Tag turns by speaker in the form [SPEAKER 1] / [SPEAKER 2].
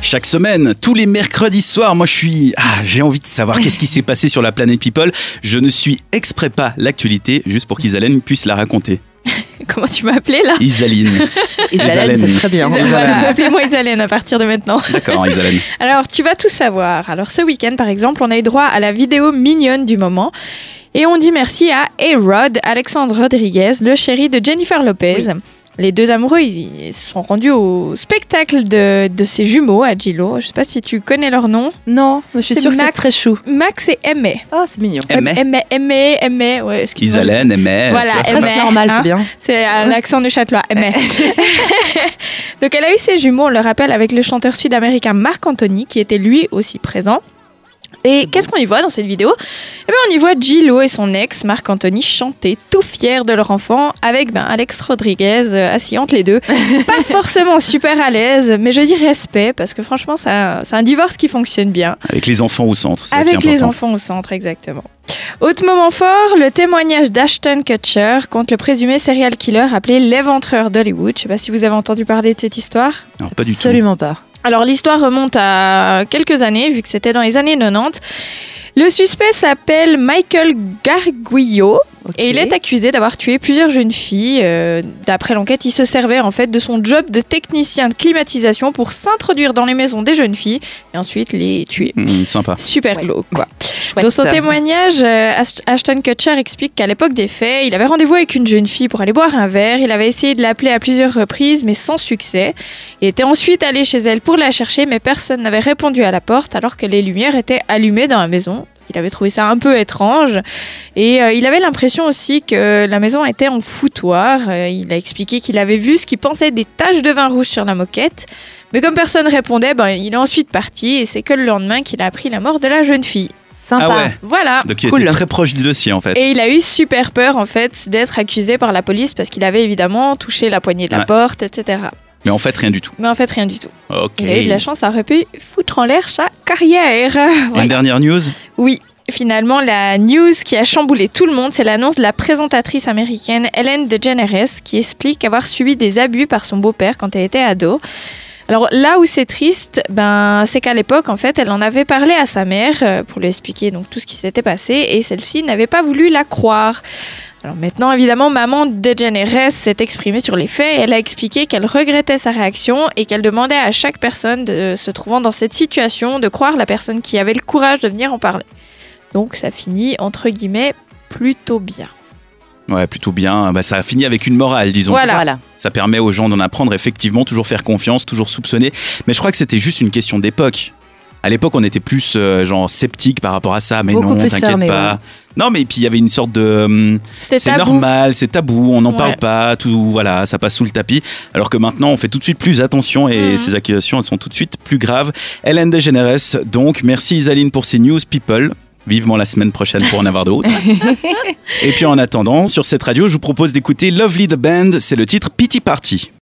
[SPEAKER 1] chaque semaine, tous les mercredis soirs, moi je suis... Ah, j'ai envie de savoir qu'est-ce qui s'est passé sur la planète People. Je ne suis exprès pas l'actualité, juste pour qu'Isalène puisse la raconter.
[SPEAKER 2] Comment tu m'as appelé là
[SPEAKER 1] Isaline.
[SPEAKER 3] Isalène, c'est très bien.
[SPEAKER 2] Isa- voilà, Appelez-moi Isalène à partir de maintenant.
[SPEAKER 1] D'accord, Isalène.
[SPEAKER 2] Alors, tu vas tout savoir. Alors, ce week-end, par exemple, on a eu droit à la vidéo mignonne du moment. Et on dit merci à A-Rod, Alexandre Rodriguez, le chéri de Jennifer Lopez. Les deux amoureux, ils, ils se sont rendus au spectacle de, de ces jumeaux à Gilo. Je sais pas si tu connais leur nom.
[SPEAKER 3] Non, mais je suis
[SPEAKER 2] C'est
[SPEAKER 3] sûre que c'est
[SPEAKER 2] Mac.
[SPEAKER 3] très chou.
[SPEAKER 2] Max et Aimé.
[SPEAKER 3] Ah, c'est mignon.
[SPEAKER 1] Aimait.
[SPEAKER 2] Aimé, Aimé, Aimé. Ouais, excuse-moi.
[SPEAKER 1] Isalène aimait.
[SPEAKER 2] Voilà,
[SPEAKER 1] ça, ça
[SPEAKER 2] aimait.
[SPEAKER 1] passe.
[SPEAKER 3] Presque normal,
[SPEAKER 2] hein.
[SPEAKER 3] c'est bien.
[SPEAKER 2] C'est à l'accent de Châtelois, mais. Donc elle a eu ses jumeaux, on le rappelle, avec le chanteur sud-américain Marc Anthony, qui était lui aussi présent. Et qu'est-ce qu'on y voit dans cette vidéo Eh bien, on y voit Gillo et son ex, Marc Anthony, chanter tout fiers de leur enfant, avec ben, Alex Rodriguez euh, assis entre les deux. Pas forcément super à l'aise, mais je dis respect, parce que franchement, c'est un- c'est un divorce qui fonctionne bien.
[SPEAKER 1] Avec les enfants au centre. c'est ça qui est
[SPEAKER 2] Avec les
[SPEAKER 1] important.
[SPEAKER 2] enfants au centre, exactement. Autre moment fort, le témoignage d'Ashton Kutcher contre le présumé serial killer appelé l'éventreur d'Hollywood. Je sais pas si vous avez entendu parler de cette histoire.
[SPEAKER 1] Alors, pas du tout.
[SPEAKER 3] Absolument pas.
[SPEAKER 2] Alors l'histoire remonte à quelques années, vu que c'était dans les années 90. Le suspect s'appelle Michael Garguillo
[SPEAKER 3] Ok.
[SPEAKER 2] et il est accusé d'avoir tué plusieurs jeunes filles. Euh, D'après l'enquête, il se servait en fait de son job de technicien de climatisation pour s'introduire dans les maisons des jeunes filles et ensuite les tuer.
[SPEAKER 1] Hum, sympa.
[SPEAKER 2] Super
[SPEAKER 3] Ouais.
[SPEAKER 2] glauque quoi.
[SPEAKER 3] Chouette.
[SPEAKER 2] Dans son témoignage, euh, Ast- Ashton Kutcher explique qu'à l'époque des faits, il avait rendez-vous avec une jeune fille pour aller boire un verre. Il avait essayé de l'appeler à plusieurs reprises, mais sans succès. Il était ensuite allé chez elle pour la chercher, mais personne n'avait répondu à la porte alors que les lumières étaient allumées dans la maison. Il avait trouvé ça un peu étrange et euh, il avait l'impression aussi que la maison était en foutoir. Euh, il a expliqué qu'il avait vu ce qu'il pensait des taches de vin rouge sur la moquette. Mais comme personne répondait, ben, il est ensuite parti et c'est que le lendemain qu'il a appris la mort de la jeune fille.
[SPEAKER 3] Sympa.
[SPEAKER 1] Ah ouais.
[SPEAKER 2] Voilà.
[SPEAKER 1] Donc il
[SPEAKER 3] Cool.
[SPEAKER 1] était très proche du dossier en fait.
[SPEAKER 2] Et il a eu super peur en fait d'être accusé par la police parce qu'il avait évidemment touché la poignée de la
[SPEAKER 1] Ouais.
[SPEAKER 2] porte, etc.
[SPEAKER 1] Mais en fait rien du tout.
[SPEAKER 2] Mais en fait rien du tout.
[SPEAKER 1] Ok.
[SPEAKER 2] Il a eu de la chance, ça aurait pu foutre en l'air sa carrière.
[SPEAKER 1] Une
[SPEAKER 2] Voilà.
[SPEAKER 1] dernière news
[SPEAKER 2] Oui. Finalement, la news qui a chamboulé tout le monde, c'est l'annonce de la présentatrice américaine Ellen DeGeneres qui explique avoir subi des abus par son beau-père quand elle était ado. Alors là où c'est triste, ben, c'est qu'à l'époque, en fait, elle en avait parlé à sa mère euh, pour lui expliquer donc, tout ce qui s'était passé et celle-ci n'avait pas voulu la croire. Alors maintenant, évidemment, maman DeGeneres s'est exprimée sur les faits et elle a expliqué qu'elle regrettait sa réaction et qu'elle demandait à chaque personne de, se trouvant dans cette situation de croire la personne qui avait le courage de venir en parler. Donc ça finit, entre guillemets, plutôt bien.
[SPEAKER 1] Ouais, plutôt bien. Bah, ça a fini avec une morale, disons.
[SPEAKER 2] Voilà.
[SPEAKER 1] Ça permet aux gens d'en apprendre, effectivement, toujours faire confiance, toujours soupçonner. Mais je crois que c'était juste une question d'époque. À l'époque, on était plus euh, genre sceptique par rapport à ça. Mais
[SPEAKER 3] Beaucoup
[SPEAKER 1] non,
[SPEAKER 3] plus
[SPEAKER 1] t'inquiète
[SPEAKER 3] fermé,
[SPEAKER 1] pas. Non, mais puis il y avait une sorte de. hum,
[SPEAKER 2] C'était
[SPEAKER 1] C'est
[SPEAKER 2] tabou.
[SPEAKER 1] normal, c'est tabou, on n'en
[SPEAKER 2] Ouais.
[SPEAKER 1] parle pas, tout, voilà, ça passe sous le tapis. Alors que maintenant, on fait tout de suite plus attention et
[SPEAKER 2] Mhm.
[SPEAKER 1] ces accusations, elles sont tout de suite plus graves. Hélène DeGeneres, donc, merci Isaline pour ces news, people. Vivement la semaine prochaine pour en avoir d'autres. et puis en attendant, sur cette radio, je vous propose d'écouter Lovely the Band, c'est le titre Pity Party.